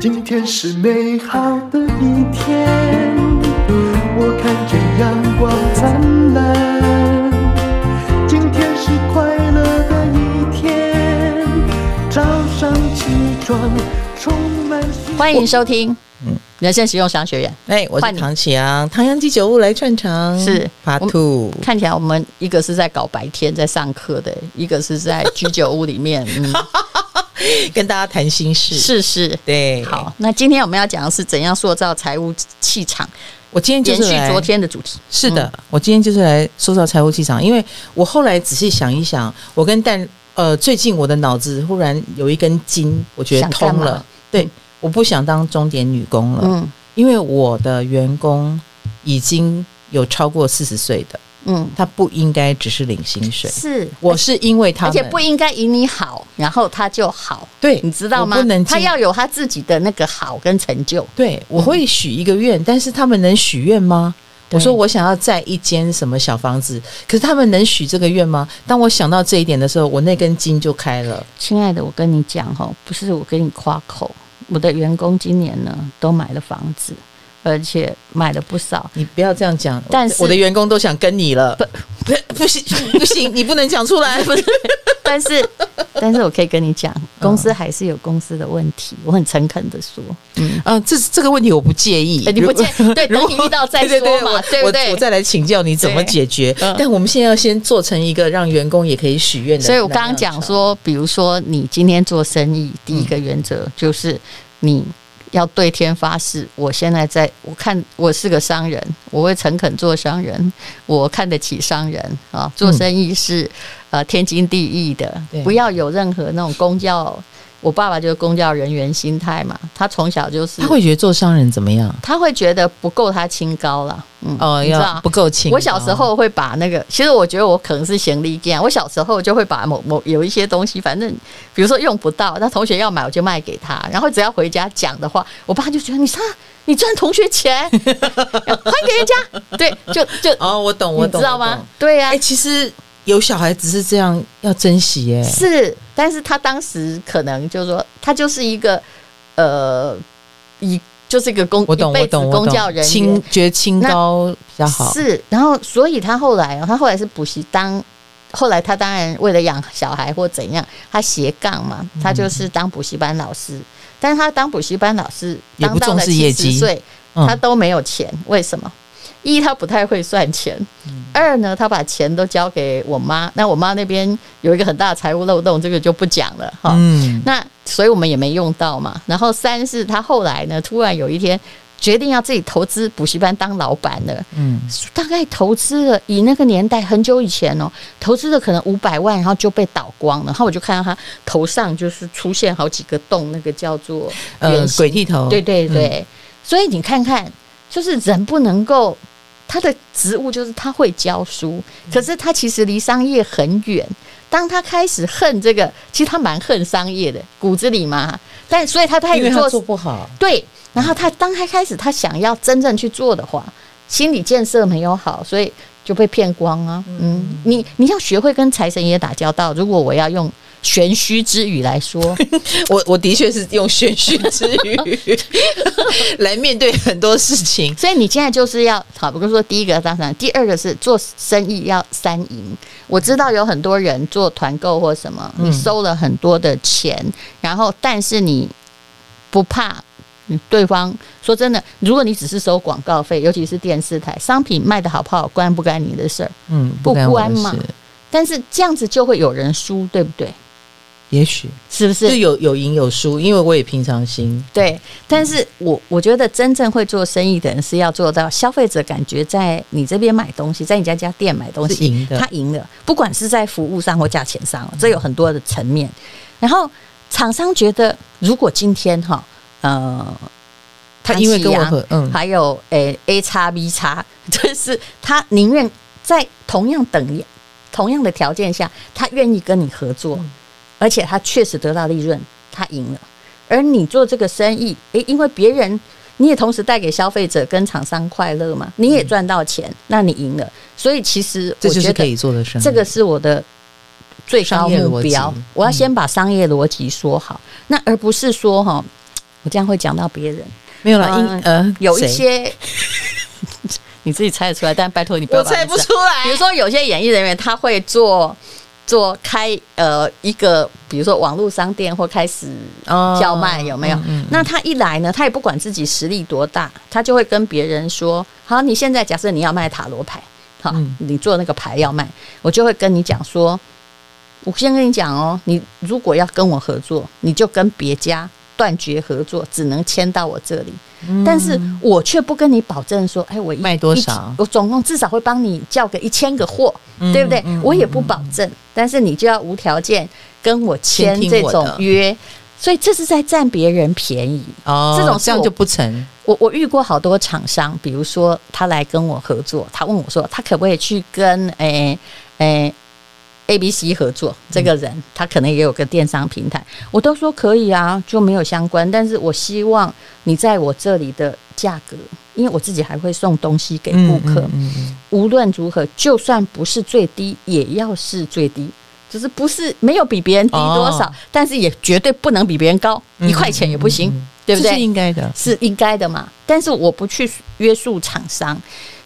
今天是美好的一天，我看见阳光灿烂。今天是快乐的一天，早上起床充满希望。欢迎收听，嗯，人生实用商学院。哎，我换是你唐启阳，唐阳鸡酒屋来串场是爬我们兔，看起来我们一个是在搞白天在上课的，一个是在居酒屋里 面，嗯，跟大家谈心事。，是是。对，好，，那今天我们要讲的是怎样塑造财务气场，我今天就延是续来昨天的嗯主题。是的，我今天就是来塑造财务气场，因为我后来仔细想一想，我跟蛋呃，最近我的脑子忽然有一根筋，我觉得想干通嘛了。对，我不想当钟点女工了，嗯因为我的员工已经有超过四十岁的，嗯，他不应该只是领薪水。是我是因为他而们，且不应该以你好，然后他就好，对，你知道吗我不能？他进要有他自己的那个好跟成就。对，我会许一个愿，但是他们能许愿吗？我对说我想要在一间什么小房子，可是他们能许这个愿吗？当我想到这一点的时候，我那根筋就开了。亲爱的，我跟你讲哈，不是我跟你夸口，我的员工今年呢都买了房子，而且买了不 少。你不要这样讲，但是我的员工都想跟你了，不不行不行，你不能讲 出来，不是但是，但是我可以跟你讲，公司还是有公司的问题。我很诚恳的说，啊，这这个问题我不介意哎，你不介对， 如等果你遇到再对对说对嘛我，对不我我对？再来请教你怎么对解决。嗯但我们现在要先做成一个让员工也可以许愿的。所以我刚刚讲，说，比如说你今天做生意，第嗯一个原则就是你要对天发誓，我现在在，我看我是个商人，我会诚恳做商人，我看得起商人啊，做生意是、呃天经地义的嗯对，不要有任何那种公教。我爸爸就是公教人员心态嘛，他从小就是他会觉得做商人怎么样？他会觉得不够他清高了，嗯，哦，你知要道不够清高。我小时候会把那个，其实我觉得我可能是行李这样，我小时候就会把某某有一些东西，反正嗯比如说用不到，那同学要买我就卖给他，然后只要回家讲的话，我爸就觉得你啥，你赚同学钱，还给人家，对，就就、 哦，我懂，我你懂，知道我吗懂？？对啊呀、哎、其实有小孩子是这样，要珍惜耶、是，但是他当时可能就是说，他就是一个呃，一就是一个公我懂，一辈我子懂，我公教懂。人清员。觉得清那高比较好。是，然后所以他后来啊，他后来是补习当，后来他当然为了养小孩或怎样，他斜杠嘛，嗯他就是当补习班老师。但是他当补习班老师，也当不到重了视业七绩十岁，嗯他都没有钱，为什么？一他不太会算钱，嗯二呢他把钱都交给我妈，那我妈那边有一个很大的财务漏洞，这个就不讲了哈。嗯，那所以我们也没用到嘛。然后三是他后来呢，突然有一天决定要自己投资补习班当老板了，嗯，大概投资了以那个年代很久以前哦，投资了可能五百万，然后就被倒光了。然后我就看到他头上就是出现好几个洞，那个叫做呃嗯圆，形鬼剃头，对对对，所以你看看，就是人不能够。他的职务就是他会教书，可是他其实离商业很远。当他开始恨这个，其实他蛮恨商业的，骨子里嘛。但所以他开因为始他做做不好。对，然后他当他开始他想要真正去做的话，心理建设没有好，所以就被骗光啊。嗯，你你要学会跟财神爷打交道。如果我要用玄虚之语来说， 我我的确是用玄虚之语 来面对很多事情。所以你现在就是要好，比如说第一个当然，第二个是做生意要三赢。我知道有很多人做团购或什么，你收了很多的钱，然后但是你不怕。嗯对方说真的，如果你只是收广告费，尤其是电视台，商品卖的好不好关不关你的事儿？嗯，不干我的关嘛事，但是这样子就会有人输，对不对？也许是不？就是有有赢有输，因为我也平常心。对。但是我我觉得真正会做生意的人是要做到消费者感觉在你这边买东西，在你家家店买东是西赢的嗯他赢了，不管是在服务上或价钱上，这有很多的层面。然后厂商觉得，如果今天哈，呃，他因为跟我唐启合阳，嗯，还有诶 A 叉 B 叉， 就是他宁愿在同样等同样的条件下，他愿意跟你合作，而且他确实得到利润，他赢了。而你做这个生意，诶，因为别人你也同时带给消费者跟厂商快乐嘛，你也嗯赚到钱，那你赢了。所以其实这我就觉是可得以做的生意。这个是我的最高目商业逻标辑，我要先把商业逻辑说好，那而不是说哈，我这样会讲到别人。没有了，因呃，有一谁些 你自己猜得出来，但拜托你不要我把它猜不猜出来，比如说有些演艺人员他会做做开呃一个，比如说网络商店或开始哦叫卖，有没有？嗯那他一来呢，他也不管自己实力多大，他就会跟别人说：好，你现在假设你要卖塔罗牌，好，嗯你做那个牌要卖，我就会跟你讲说，我先跟你讲哦，你如果要跟我合作，你就跟别家断绝合作，只能签到我这里。但是我却不跟你保证说，哎，我一嗯卖多一少我总共至少会帮你叫个一千个货，嗯对不对嗯？我也不保证，但是你就要无条件跟我签先听这我种的约，所以这是在占别人便宜。哦，这种是这样我就不成，我我遇过好多厂商，比如说他来跟我合作，他问我说他可不可以去跟诶诶 A B C 合作，这嗯个人、他可能也有个电商平台，我都说可以啊，就没有相关，但是我希望你在我这里的价格，因为我自己还会送东西给顾客，嗯嗯无论如何，就算不是最低，也要是最低。就是不是没有比别人低多少，哦但是也绝对不能比别人高，嗯一块钱也不行，嗯嗯嗯对不这对？是应该的，是应该的嘛。但是我不去约束厂商，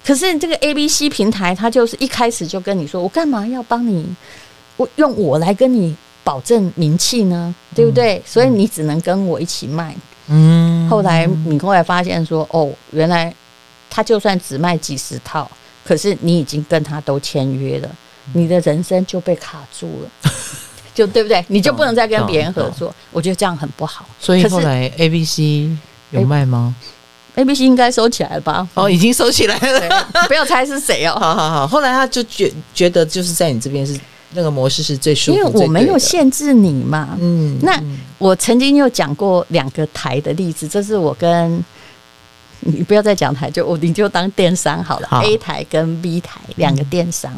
可是这个 A、B、C 平台，它就是一开始就跟你说，我干嘛要帮你，我用我来跟你保证名气呢，对不对？所以你只能跟我一起卖。嗯后来你后来发现说，哦，原来他就算只卖几十套，可是你已经跟他都签约了，嗯你的人生就被卡住了。 就对不对？你就不能再跟别人合作，我觉得这样很不好。所以可后是来 A、B、C 有卖吗？ A、B、C 应该收起来了吧？ 哦，已经收起来了。对不要猜是谁哦。 好好好，后来他就觉觉得就是在你这边是那个模式是最舒因服，为最我没对有的，限制你嘛。嗯那我曾经有讲过两个台的例子，这是我跟你不要再讲台，就我你就当电商好了好嗯 a 台跟 B 台两个电商、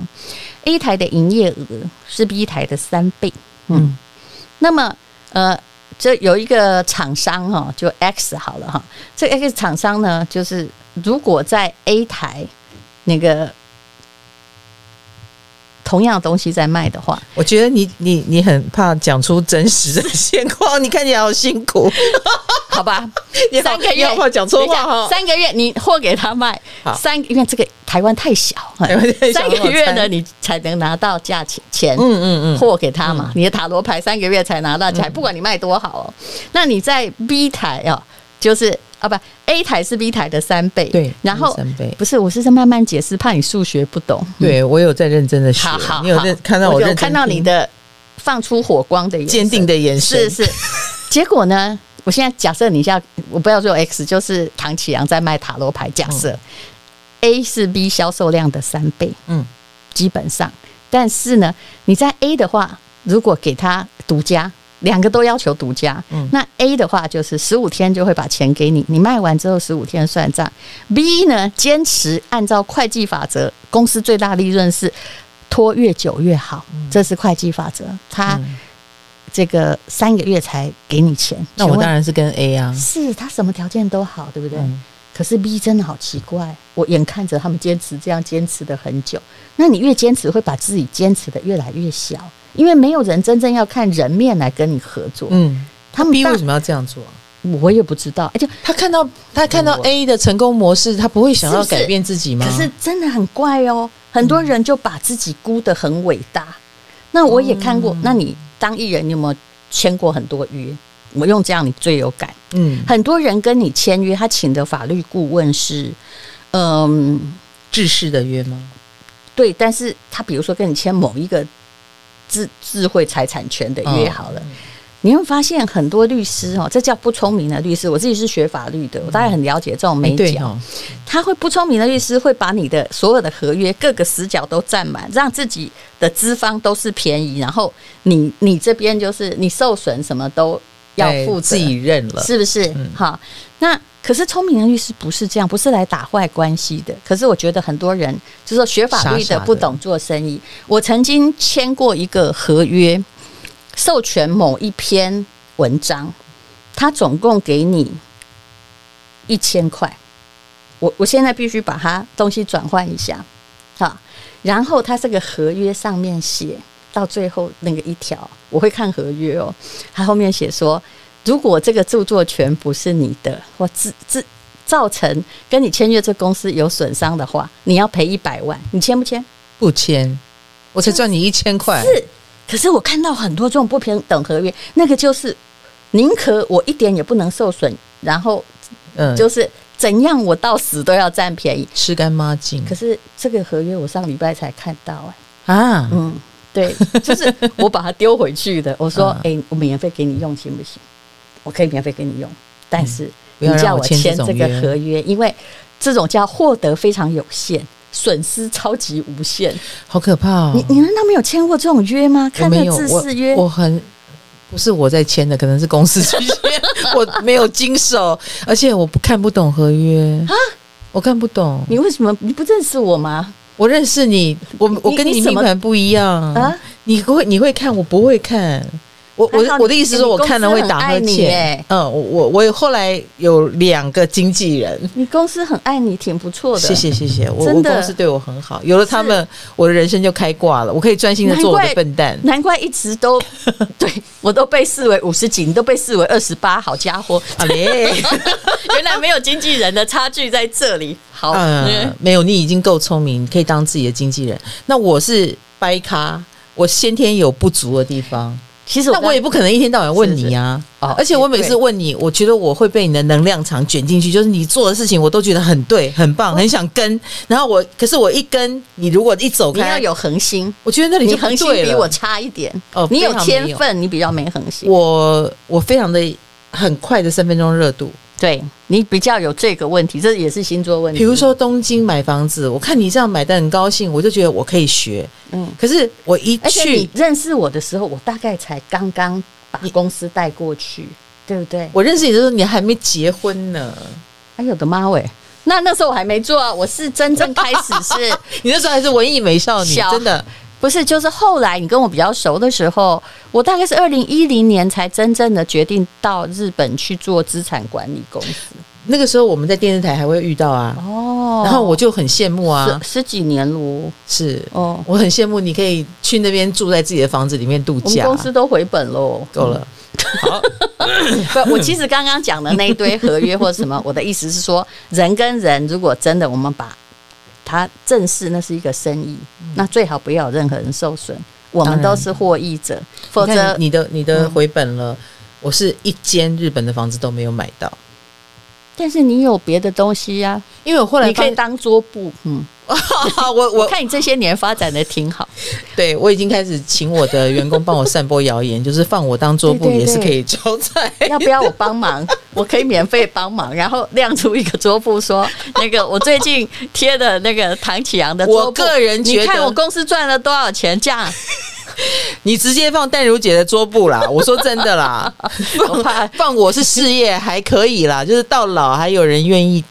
a 台的营业额是 B 台的三倍。嗯那么呃，这有一个厂商哈、就 X 好了哈，这 X 厂商呢，就是如果在 A 台那个同样的东西在卖的话，我觉得你你你很怕讲出真实的现况，你看起来好辛苦，好吧 你，好三个你月好怕讲错话等一下哈三个月你货给他卖好，三因为这个台湾太小， 台湾太小三个月好呢惨你才能拿到价钱钱。嗯嗯嗯，货给他嘛，你的塔罗牌三个月才拿到钱，不管你卖多好哦。那你在 B 台哦，就是啊不 A 台是 B 台的三倍，对然后是三倍不是，我是在慢慢解释，怕你数学不懂。对我有在认真的学好，好，你有认好看到我我就认真看到你听的放出火光的眼神坚定的眼神，是 是。结果呢，我现在假设你像我不要说 X，就是唐启阳在卖塔罗牌，假设、A 是 B 销售量的三倍，嗯基本上。但是呢，你在 A 的话，如果给他独家，两个都要求独家，嗯那 A 的话就是十五天就会把钱给你，你卖完之后十五天算账。B 呢，坚持按照会计法则，公司最大利润是拖越久越好，嗯这是会计法则，他这个三个月才给你钱。那我请问当然是跟 A 啊，是他什么条件都好，对不对？嗯可是 B 真的好奇怪，我眼看着他们坚持这样坚持的很久，那你越坚持会把自己坚持的越来越小，因为没有人真正要看人面来跟你合作。嗯他们，B 当为什么要这样做啊？我也不知道，哎而且他看到他看到嗯我 A 的成功模式，他不会想要是不是改变自己吗？可是真的很怪哦，很多人就把自己估得很伟大。那我也看过，嗯那你当艺人，你有没有签过很多约？我用这样你最有感。嗯，很多人跟你签约，他请的法律顾问是，嗯，制式的约吗？对，但是他比如说跟你签某一个智智慧财产权的约嗯好了，你会发现很多律师哦，这叫不聪明的律师。我自己是学法律的，我大概很了解这种美哎对角。哦，他会不聪明的律师会把你的所有的合约各个死角都占满，让自己的资方都是便宜，然后你你这边就是你受损什么都要哎负责自己认了，是不是？好，那可是聪明的律师不是这样，不是来打坏关系的。可是我觉得很多人就是说学法律傻傻的的不懂做生意。我曾经签过一个合约，授权某一篇文章，他总共给你一千块。我我现在必须啊把它东西转换一下，好，然后他这个合约上面写到最后那个一条，我会看合约哦，它后面写说，如果这个著作权不是你的，或自自造成跟你签约这公司有损伤的话，你要赔一百万，你签不签？不签，我才赚你一千块。是，可是我看到很多这种不平等合约，那个就是宁可我一点也不能受损，然后嗯，就就是怎样我到死都要占便宜。吃干抹净可是这个合约我上礼拜才看到、哎，啊。嗯， 对，就是我把它丢回去的。我说嗯，哎、我免费给你用行不行？我可以免费给你用，但是嗯不你要让叫我我签这签种这个约合约，因为这种叫获得非常有限。损失超级无限，好可怕哦！你你难道没有签过这种约吗？我看那没有，自我私约，我很不是我在签的，可能是公司去 签，我没有经手，而且我不看不懂合约啊，我看不懂。你为什么你不认识我吗？我认识你，我我跟你你怎命么盘不一样啊啊，你会你会看，我不会看。我我还好的你我的意思是说，我看了会打呵你公司很爱你欠耶。嗯，我我我后来有两个经纪人，你公司很爱你，挺不错的。谢谢谢谢，我真我的公司对我很好，有了他们，我的人生就开挂了，我可以专心的做我难怪的 笨蛋。难怪一直都 对我都被视为五十几，你都被视为二十八，好家伙，啊 嘞，原来没有经纪人的差距在这里。好，嗯，没有，你已经够聪明，你可以当自己的经纪人。那我是掰咖，我先天有不足的地方，其实那我也不不可能一天到晚问你啊。是哦而且我每也次对问你，我觉得我会被你的能量场卷进去，就是你做的事情我都觉得很对、很棒，很想跟。然后我，可是我一跟你，如果一走你要开，有恒心，我觉得那里你就不恒心对比了我差一点。哦你有非常没有天分，你比较没恒心。我我非常的很快的三分钟热度。对你比较有这个问题，这也是星座问题。比如，说东京买房子，我看你这样买的很高兴，我就觉得我可以学。嗯，可是我一而且去你，认识我的时候，我大概才刚刚把你公司带过去，对不对？我认识你的时候，你还没结婚呢，哎呦我的妈喂！那那时候我还没做啊，我是真正开始是。你那时候还是文艺美少女，小真的不是，就是后来你跟我比较熟的时候，我大概是二零一零年才真正的决定到日本去做资产管理公司。那个时候我们在电视台还会遇到啊，哦然后我就很羡慕啊，十十几年喽，是哦，我很羡慕你可以去那边住在自己的房子里面度我们假，公司都回本喽。够了，不，我其实刚刚讲的那一堆合约或什么，我的意思是说，人跟人如果真的我们把它正视，那是一个生意，那最好不要有任何人受损，我们嗯当然都是获益者，否你看则嗯你的你的回本了。我是一间日本的房子都没有买到，但是你有别的东西呀、因为我后来你可以发当桌布，嗯。 我我我看你这些年发展的挺 好，对我已经开始请我的员工帮我散播谣言，就是放我当桌布对对也是对可以招财。要不要我帮忙？我可以免费帮忙，然后亮出一个桌布说， 那个我最近贴的那个唐启阳的桌布，我个人觉得你看我公司赚了多少钱，这 样 你直接放淡如姐的桌布啦！我说真的啦， 我怕放 放我是事业还可以啦， 就是到老还有人愿意，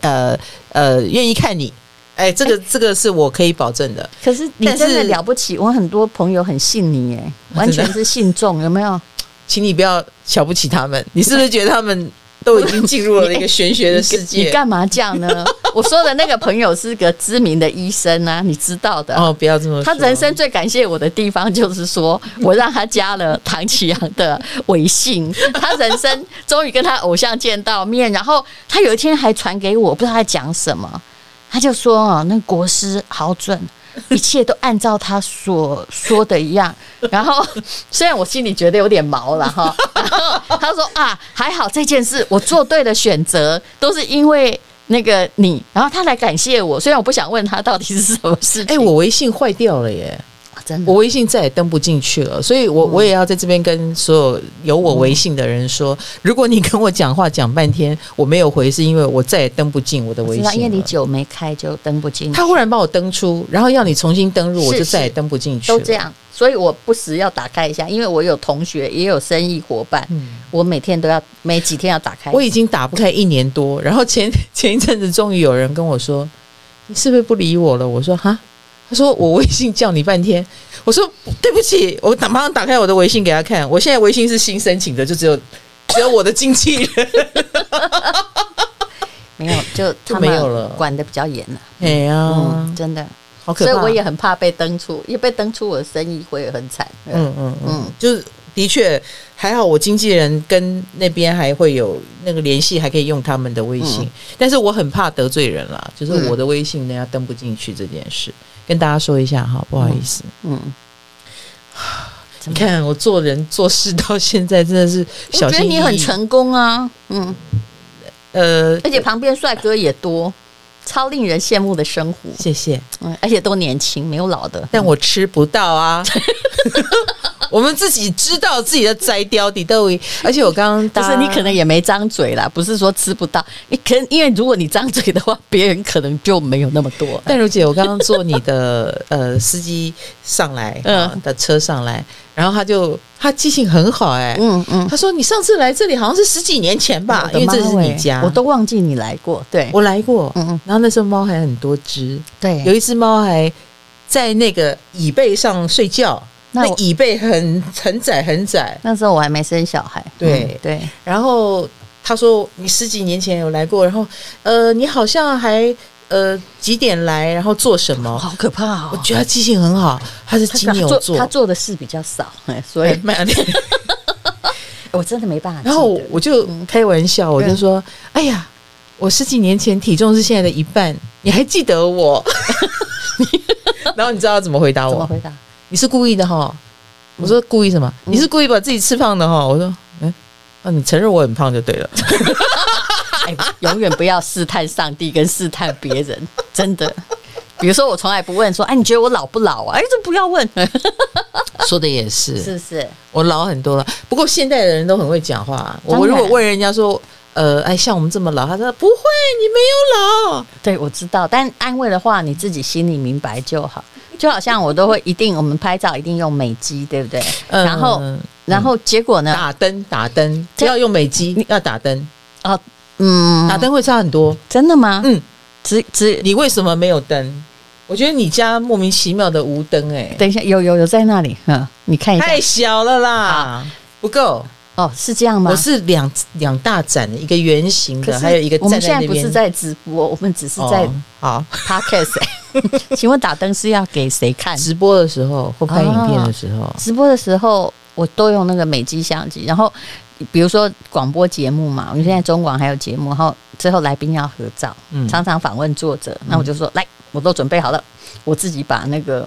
呃呃，愿意看你。哎、这个、这个是我可以保证的。 可是你但真的是了不起，我很多朋友很信你 耶，完全是信众，有没有？请你不要瞧不起他们，你是不是觉得他们都已经进入了一个玄学的世 你界？干嘛这样 呢？我说的那个朋友是个知名的医生啊，你知道的。哦，不要这么说。他人生最感谢我的地方就是说，我让他加了唐启阳的微 信，他人生终于跟他偶像见到面，然后他有一天还传给我，不知道他在讲什么，他就说啊，那国师好 准。一切都按照他所说的一样，然后 虽然我心里觉得有点毛了 哈，然后他说啊，还好这件事我做对了选择，都是因为那个你，然后他来感谢我，虽然我不想问他到底是什么事情，哎、我微信坏掉了耶。啊真的我微信再也登不进去了，所以嗯我我也要在这边跟所有有我微信的人说，如果你跟我讲话讲半天我没有回，是因为我再也登不进我的微知信道，了。因为你久没开就登不进去，他忽然把我登出，然后要你重新登嗯入，是我就再也登不进去了。都这样，所以我不时要打开一下，因为我有同学也有生意伙伴，我每天都要每几天要打开。我已经打不开一年多，然后前 前一阵子终于有人跟我说，你是不是不理我了？我说哈，他说我微信叫你半天，我说对不起，我打马上打开我的微信给他看，我现在微信是新申请的，就只有只有我的经纪人。没有，就他没有了们管的比较严了。哎呀、嗯，真的，好可所怕。以我也很怕被登出，因为被登出我的生意会很惨。嗯嗯嗯嗯，嗯，就是的确还好，我经纪人跟那边还会有那个联系，还可以用他们的微信。嗯但是我很怕得罪人啦，就是嗯我的微信人家登不进去这件事，跟大家说一下哈，不好意思。嗯，你看我做人做事到现在真的是我小觉得心翼翼，你很成功啊，嗯，呃，而且旁边帅哥也多，超令人羡慕的生活，谢谢，嗯，而且都年轻，没有老的。但我吃不到啊。 我们自己知道自己的摘雕底豆鱼，而且我刚刚就搭是你可能也没张嘴啦，不是说吃不到，你可能因为如果你张嘴的话，别人可能就没有那么多。淡如姐，我刚刚坐你的 呃司机上来，嗯、嗯的车上来，然后他就他记性很好哎、嗯嗯，他说你上次来这里好像是十几年前吧，因为这是你家，我都忘记你来过。对，我来过，嗯嗯，然后那时候猫还很多只，有对，一只猫还在那个椅背上睡觉，那那我椅背很很窄很窄，那时候我还没生小孩。对嗯对，然后他说你十几年前有来过，然后呃你好像还呃几点来，然后做什么？好可怕我哦！觉得他记性很好，他是金牛座，他做的事比较少，哎 所对以慢点。哎我真的没办法记得。 然后我就开玩笑，我就说：“哎呀，我十几年前体重是现在的一半，你还记得 我？”然后你知道他怎么回答怎么我？回答？嗯你是故意的哈？我说故意什么？你是故意把自己吃胖的哈？我说，嗯、那、你承认我很胖就 对了。哎，永远不要试探上帝跟试探别人， 真的。比如说，我从来不问说，哎，你觉得我老不老啊？哎，这不要问，说的也 是，是不是？我老很多了。不过现代的人都很会讲话。当我然如果问人家说，呃，哎，像我们这么老，他说不会，你没有老。对，我知道，但安慰的话你自己心里明白就好。就好像我都会一定，我们拍照一定用美肌，对不对？嗯然后，然后结果呢？打灯打灯，不这要用美肌，要打灯，哦，嗯，打灯会差很多。真的吗？嗯，只只你为什么没有灯？我觉得你家莫名其妙的无灯哎、等一下，有有有在那里，嗯，你看一下太，小了啦，不够。哦，是这样吗？我是两两大盏的，一个圆形可的，是还有一个我站们现在在那不边。是在直播，我们只是在哦好 podcast、请 问打灯是要给谁看？直播的时候或拍影片的时候，直播的时候，我都用那个美机相机，然后比如说广播节目嘛，我们现在中广还有节目，然后最后来宾要合照，嗯常常访问作者，那我就说、来，我都准备好了，我自己把那个，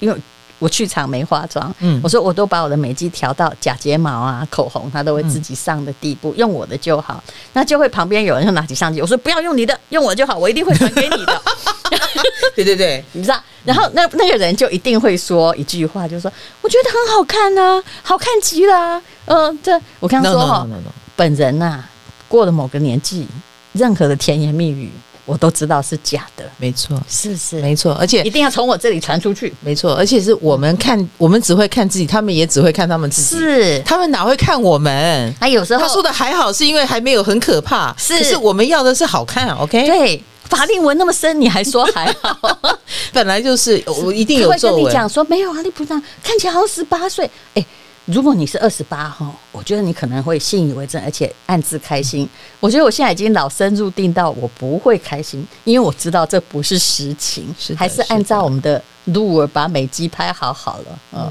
因为我去场没化妆，嗯我说我都把我的美肌调到假睫毛啊、口红，它都会自己上的地步，用我的就好。那就会旁边有人就拿起相机，我说不要用你的，用我就好，我一定会传给你的。对对对，你知道，然后那那个人就一定会说一句话，就说我觉得很好看呐、好看极了、啊。呃，这我跟他 no 说 no 哈 no no no，本人呐、过了某个年纪，任何的甜言蜜语我都知道是假的，没错是不是？没错，而且一定要从我这里传出去，没错，而且是我们看，我们只会看自己，他们也只会看他们自己，是。他们哪会看我们？那有时候他说的还好，是因为还没有很可怕，是可是我们要的是好看，OK？啊对。法令纹那么深，你还说还好？本来就是我一定有他会皱跟你纹讲，说没有啊，你不知道，看起来好像十八岁。哎、如果你是二十八哈，我觉得你可能会信以为真，而且暗自开心。我觉得我现在已经老深入定到我不会开心，因为我知道这不是实情，是的还是是的按照我们的路儿把美肌拍好好了。嗯，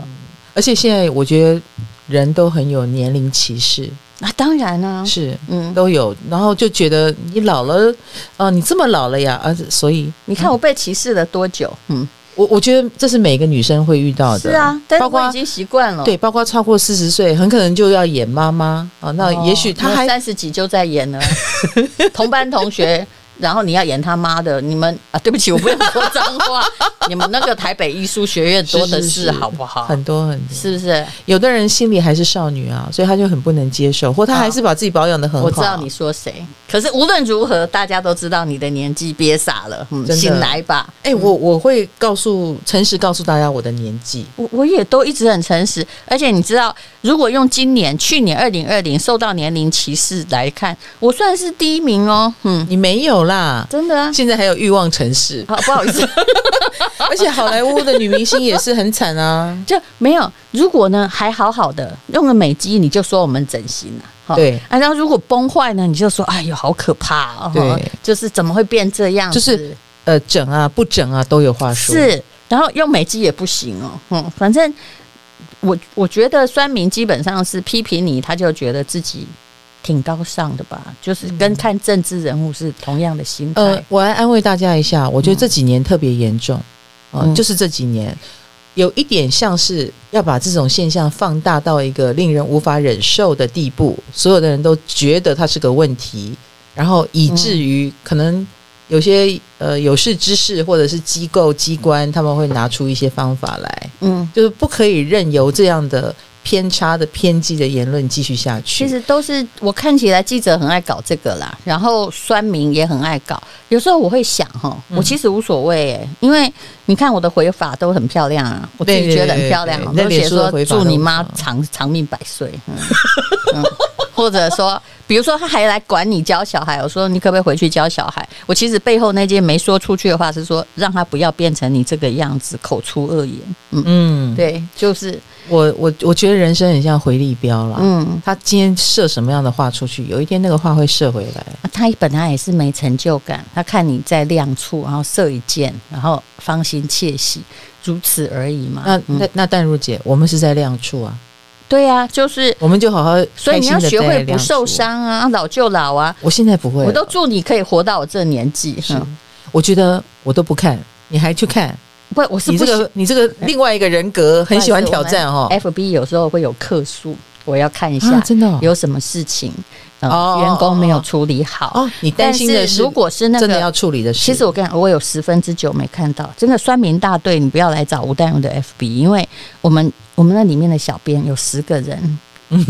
而且现在我觉得人都很有年龄歧视，那、啊、当然啊，是嗯都有，然后就觉得你老了，啊，你这么老了呀，啊，所以你看我被歧视了多久？嗯，我我觉得这是每个女生会遇到的，是啊，但是包我括已经习惯了。对，包括超过四十岁，很可能就要演妈妈啊，那哦也许她还三十几就在演 了，同班同学。然后你要演他妈的，你们啊，对不起，我不想说脏 话。你们那个台北艺术学院多的是是是，是好不好？很多很多，是不是？有的人心里还是少女啊，所以她就很不能接受，或她还是把自己保养的很好。啊啊我知道你说谁，可是无论如何，大家都知道你的年纪憋傻了，嗯，真的醒来吧。哎、我我会告诉诚实告诉大家我的年纪，我我也都一直很诚实，而且你知道，如果用今年、去年二零二零受到年龄歧视来看，我算是第一名哦，嗯，你没有啦。真的啊。啊现在还有欲望城 市，好，不好意思。而且好莱坞的女明星也是很惨 。啊就没有。如果呢还好好的，用了美肌你就说我们整形了、哈对啊，然后如果崩坏呢，你就说哎呦好可怕哦，对啊哈就是怎么会变这样子？就是呃整啊不整啊都有话说。，是，然后用美肌也不行哦。嗯，反正我我觉得酸民基本上是批评你，他就觉得自己挺高尚的吧，就是跟看政治人物是同样的心态。呃，我来安慰大家一下，我觉得这几年特别严重啊、嗯就是这几年有一点像是要把这种现象放大到一个令人无法忍受的地步，所有的人都觉得它是个问题，然后以至于可能有些呃有识之士或者是机构机关，他们会拿出一些方法来，嗯，就是不可以任由这样的偏差的偏激的言论继续下去。其实都是我看起来记者很爱搞这个啦，然后酸民也很爱搞。有时候我会想哈，嗯我其实无所谓、欸，因为你看我的回法都很漂亮啊，我自己对对觉得很对漂亮对啊，那都脸写书的说回法祝都你很妈好长长命百岁，嗯 嗯，或者说，比如说他还来管你教小孩，我说你可不可以回去教小孩？我其实背后那件没说出去的话是说，让他不要变成你这个样子，口出恶言。嗯，嗯，对，就是我我我觉得人生很像回力镖啦。嗯。他今天射什么样的话出去，有一天那个话会射回来。啊他本来也是没成就感，他看你在亮处，然后射一箭，然后芳心窃喜，如此而已嘛。那嗯那那淡如姐，我们是在亮处啊，对呀、就是，我们就好好所以你要开心地学在会亮不处受。伤啊，老就老啊。我现在不会了，我都祝你可以活到我这年纪。是嗯，我觉得我都不看，你还去看？不，我是嗯你不这个你这个另外一个人格很喜欢挑战哦。 F B 有时候会有客诉，我要看一下、啊，真的哦有什么事情，呃哦员工没有处理好。哦，你担但心的是是如果是那真的个要处理的事，其实我跟你讲，我有十分之九没看到，真的酸民大队，你不要来找吴淡如的 FB，因为我们我们那里面的小编有十个 人，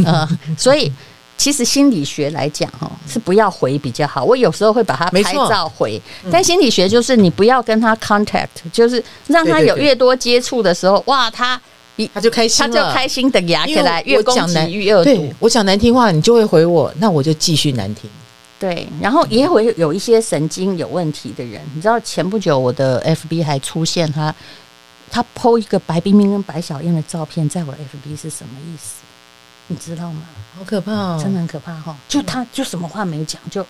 呃，所以其实心理学来讲，哈，是不要回比较好。我有时候会把它没拍错嗯照回，但心理学就是你不要跟他 contact，就是让他对对有对越多接触的时候，哇，他一他就开心他了，就开心的牙起来，因为越我攻讲击难越恶毒对。我讲难听话，你就会回我，那我就继续难听。对，然后也会有一些神经有问题的人，你知道前不久我的 FB 还出现他他 PO 一个白冰冰跟白小燕的照片在我 FB 是什么意思？你知道吗？好可怕哦！真的很可怕哈！就他就什么话没讲，就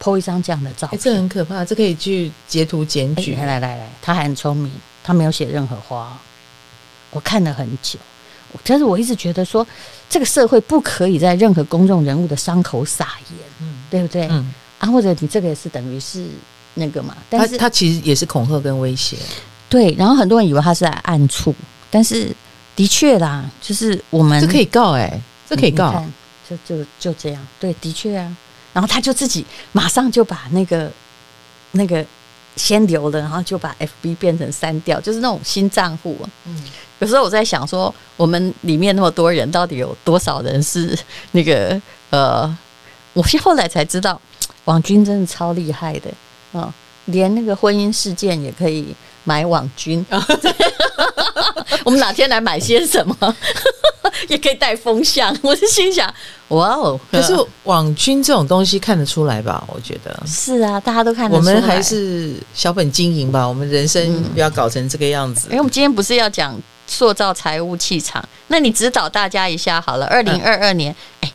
PO 一张这样的照哎、这片。很可怕，这可以去截图检举。哎来来来来，他还很聪明，他没有写任何话哦。我看了很久，我但是我一直觉得说，这个社会不可以在任何公众人物的伤口撒盐，嗯对不对？嗯，啊，或者你这个也是等于是那个嘛，但他是他其实也是恐吓跟威胁。对，然后很多人以为他是在暗处，但是的确啦，就是我们这可以告哎、这可以你告。看就就就这样，对，的确啊，然后他就自己马上就把那个那个先留了，然后就把 FB 变成删掉，就是那种新账户、啊。嗯，有时候我在想说，我们里面那么多人，到底有多少人是那个呃？我是后来才知道，网军真的超厉害的啊、嗯连那个婚姻事件也可以买网军。哦 我们哪天来买些什么，也可以带风向。我是心想，哇哦！可是网军这种东西看得出来吧？我觉得 是啊，大家都看得我出来。们还是小本经营吧，我们人生不要搞成这个样子。因为我们今天不是要讲塑造财务气场，那你指导大家一下好了。二零二二嗯年，哎、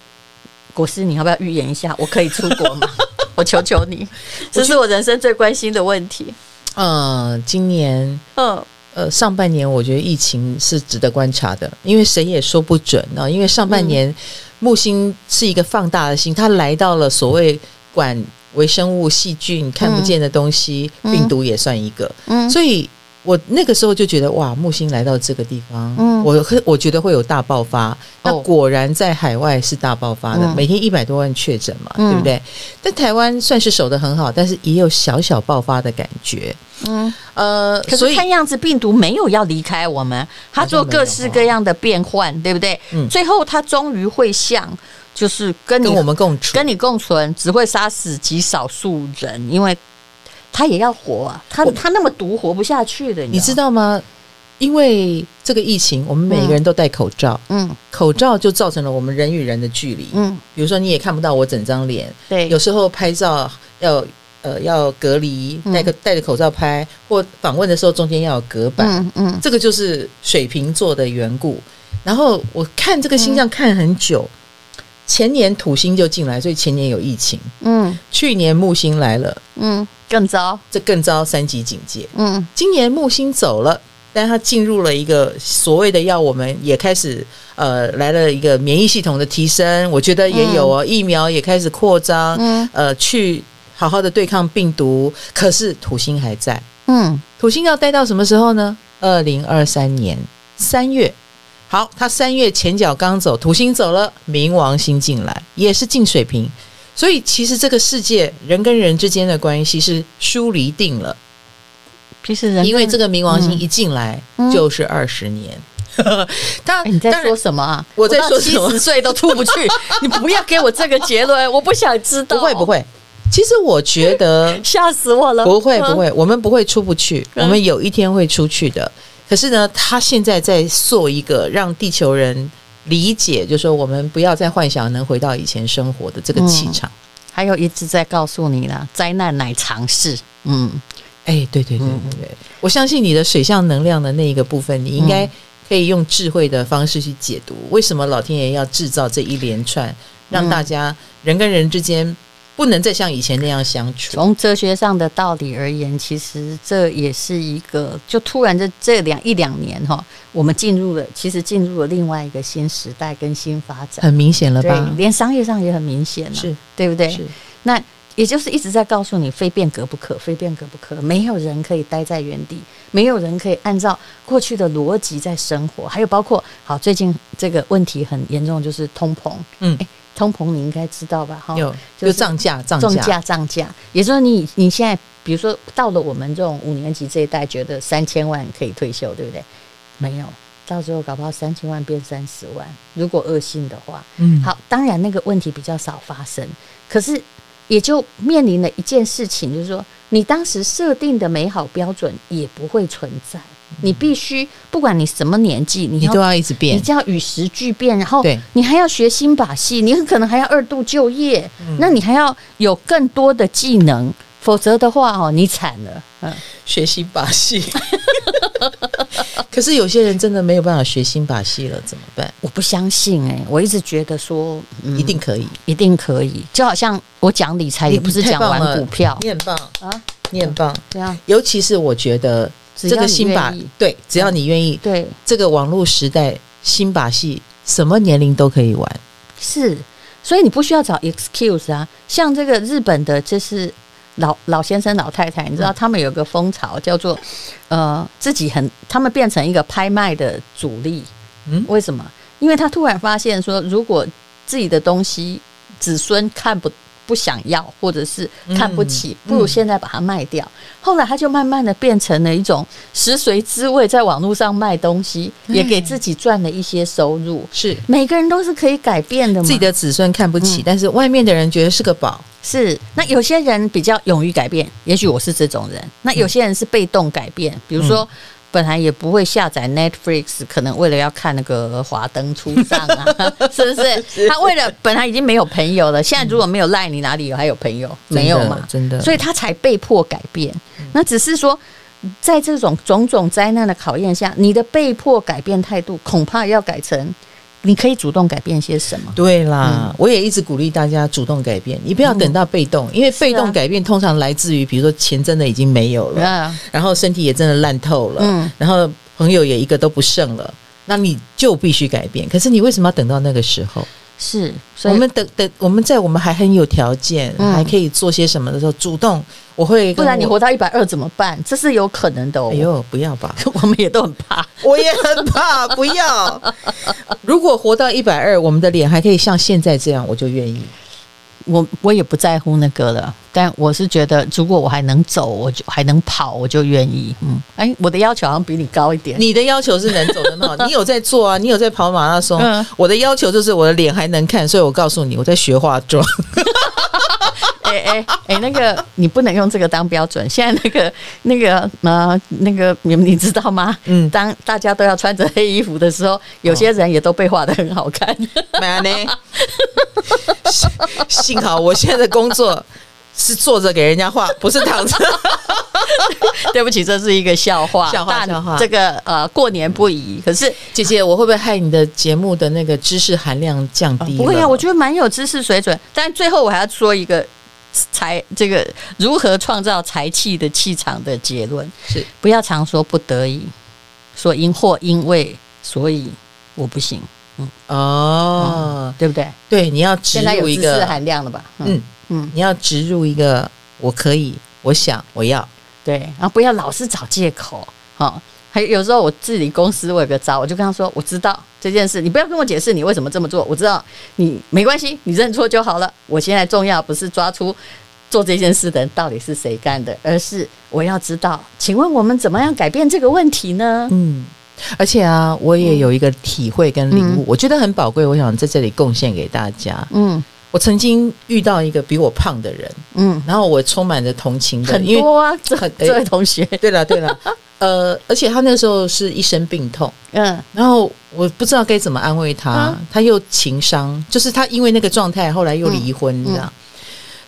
国师，你要不要预言一下，我可以出国吗？ 我求求你，这是我人生最关心的问题。嗯、今年嗯，呃，上半年我觉得疫情是值得观察的，因为谁也说不准啊、因为上半嗯年、木星是一个放大的星，它来到了所谓管微生物、细菌看不见的东西，嗯病毒也算一个。嗯所以我那个时候就觉得，哇，木星来到这个地方，嗯我会我觉得会有大爆发。那哦果然在海外是大爆发的，嗯每天一百多万确诊嘛，嗯对不对？但台湾算是守得很好，但是也有小小爆发的感觉。嗯，呃，可所是以看样子病毒没有要离开我们，它做各式各样的变换，对不对？嗯最后它终于会像，就是跟你跟我们共处，跟你共存，只会杀死极少数人，因为他也要活啊，他我他那么毒，活不下去的，你知知道？道吗？因为这个疫情，我们每个人都戴口罩，嗯口罩就造成了我们人与人的距离。嗯，比如说，你也看不到我整张脸，对，有时候拍照要呃要隔离，嗯戴个戴着口罩拍，或访问的时候中间要有隔板，嗯嗯这个就是水瓶座的缘故。然后我看这个星象看很久，前年土星就进来，所以前年有疫情，嗯去年木星来了，嗯，更糟，这更遭三级警戒。嗯今年木星走了，但它进入了一个所谓的要我们也开始呃来了一个免疫系统的提升，我觉得也有哦，疫苗也开始扩张，嗯呃，去好好的对抗病毒。可是土星还在，嗯土星要待到什么时候呢？二零二三年三月。好，它三月前脚刚走，土星走了，冥王星进来，也是进水瓶，所以其实这个世界人跟人之间的关系是疏离定了。其实人因为这个，个冥王星一进来嗯就是二十年。 当哎你在当说然，什么啊？我在说七什么十岁都出不去， 你不要给我这个结论，我不想知道。不会不，会。其实我觉得吓死我了。不会嗯不，会，我们不会出不去，嗯我们有一天会出去的。可是呢，他现在在做一个让地球人理解，就说我们不要再幻想能回到以前生活的这个嗯气场。还有一直在告诉你啦，灾难乃常事。嗯，哎，对对对对对，我相信你的水象能量的那一个部分，你应嗯该可以用智慧的方式去解读，为什么老天爷要制造这一连串，让嗯大家人跟人之间不能再像以前那样相处？从哲学上的道理而言，其实这也是一个，就突然这这两一两年哈，我们进入了，其实进入了另外一个新时代跟新发展。很明显了对吧，？连商业上也很明显了、是对不对？是，那也就是一直在告诉你，非变革不可，非变革不可，没有人可以待在原地，没有人可以按照过去的逻辑在生活。还有包括，好，最近这个问题很严重，就是通膨。嗯诶，通膨你应该知道吧？哈，有哎就是就涨价涨涨价，价涨价，也就是你你现在，比如说到了我们这种五年级这一代，觉得三千万可以退休，对不对？没有，到时候搞不好三千万变三十万，如果恶性的话，嗯，好，当然那个问题比较少发生，可是也就面临了一件事情，就是说你当时设定的美好标准也不会存在，你必须不管你什么年纪，你嗯你要都要一直你变，就要与时俱变，然后对你还要学新把戏，你很可能还要二度就业，嗯那你还要有更多的技能，否则的话哦，你惨了。嗯，学习把戏。 可是有些人真的没有办法学新把戏了，怎么办？我不相信哎、我一直觉得说、嗯一定可以，一定可以，就好像我讲理财也不是你太讲棒玩了股票你很棒，啊，你很棒。这样尤其是我觉得只这要个你新把愿意对，只要你愿意，对这个网络时代新把戏，什么年龄都可以玩。是，所以你不需要找 excuse 啊。像这个日本的，就是老老先生、老太太，你知嗯道他们有个风潮叫做，呃，自己很，他们变成一个拍卖的主力。嗯为什么？因为他突然发现说，如果自己的东西子孙看不不想要，或者是看不起，嗯不如嗯现在把它卖掉。后来他就慢慢的变成了一种食髓知味，在网络上卖东西，嗯也给自己赚了一些收入。是每个人都是可以改变的嘛。自己的子孙看不起，嗯但是外面的人觉得是个宝。是那有些人比较勇于改变，也许我是这种人。那有些人是被动改嗯变，比如说。本来也不会下载 Netflix，可能为了要看那个《华灯初上》 啊，是不是？他为了本来已经没有朋友了，现在如果没有赖，你哪里有还有朋友？嗯真的没有嘛，真的嗯所以他才被迫改变。那只是说，在这种种种灾难的考验下，你的被迫改变态度，恐怕要改成你可以主动改变些什么。对啦，嗯我也一直鼓励大家主动改变，你不要等到被动，因为嗯被是动啊改变通常来自于，比如说钱真的已经没有了，啊，然后身体也真的烂透了，嗯然后朋友也一个都不剩了，那你就必须改变。可是你为什么要等到那个时候？是，所我以们等等，我们在我们还很有条件，嗯还可以做些什么的时候，主动，我会不跟然你我活到一百二怎么办？这是有可能的哦。哎呦，不要吧！ 我们也都很怕。我也很怕，不要。 如果活到一百二，我们的脸还可以像现在这样，我就愿意。我我也不在乎那个了，但我是觉得，如果我还能走，我就还能跑，我就愿意。嗯，哎，我的要求好像比你高一点。你的要求是能走的 吗？你有在做啊，你有在跑马拉松。嗯我的要求就是我的脸还能看，所以我告诉你，我在学化妆。哎哎哎，那个你不能用这个当标准。现在那个那个呃那个，你你知道吗？嗯当大家都要穿着黑衣服的时候，有些人也都被画的很好看。 妈呢？幸幸好我现在的工作是坐着给人家画，不是躺着。对不起，这是一个笑话，笑话但笑话这个呃，过年不宜，可是 姐姐，我会不会害你的节目的那个知识含量降低了？不会啊，我觉得蛮有知识水准。但最后我还要说一个才这个如何创造才气的气场的结论，是不要常说不得已，说因或因为所以我不行，哦，对不对？对，你要植现在有入一知识个，含量了吧？嗯嗯，嗯，你要植入一个，我可以，我想，我要，对，然后不要老是找借口，哦。还有有时候我自己公司我有个招，我就跟他说，我知道这件事，你不要跟我解释你为什么这么做，我知道你没关系，你认错就好了。我现在重要不是抓出做这件事的人到底是谁干的，而是我要知道，请问我们怎么样改变这个问题呢？嗯。而且啊，我也有一个体会跟领悟，我觉得很宝贵，我想在这里贡献给大家。嗯我曾经遇到一个比我胖的人，嗯，然后我充满着同情的，很因为多啊，这很这位同学， 对了对了， 呃，而且他那时候是一身病痛，嗯然后我不知道该怎么安慰他，啊他又情伤，就是他因为那个状态，后来又离婚，你知道。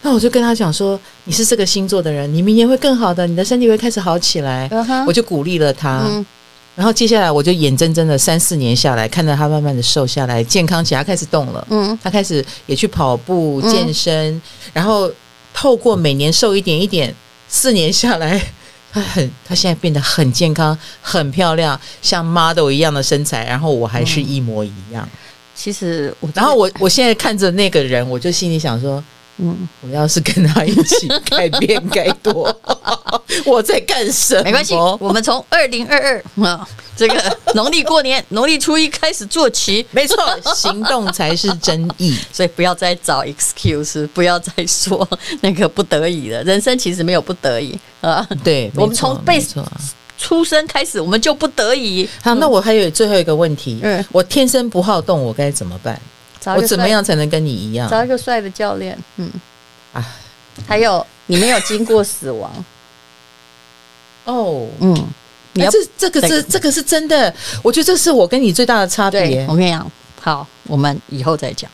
那我就跟他讲说，你是这个星座的人，你明年会更好的，你的身体会开始好起来。嗯哼我就鼓励了他，嗯然后接下来我就眼睁睁的三四年下来，看着他慢慢的瘦下来，健康起来，他开始动了。嗯他开始也去跑步、嗯健身，然后透过每年瘦一点一点，四年下来， 他很他现在变得很健康、很漂亮，像 model 一样的身材，然后我还是一模一样。嗯其实我然后我我现在看着那个人，我就心里想说。嗯我要是跟他一起改变该多， 我在干什 么？没关系，我们从二零二二啊这个农历过年农历初一开始做起，没错，行动才是真意。所以不要再找 excuse，不要再说那个不得已了。人生其实没有不得已啊，对，我们没错从被没错出生开始我们就不得已。好，那我还有最后一个问题，嗯我天生不好动，我该怎么办？找一我个怎么帅？样才能跟你一样？找一个帅的教练，嗯啊还有你没有经过死亡，哦， 嗯，你那要这这个这是个这个是真的，我觉得这是我跟你最大的差对别我。跟你讲，好，我们以后再讲。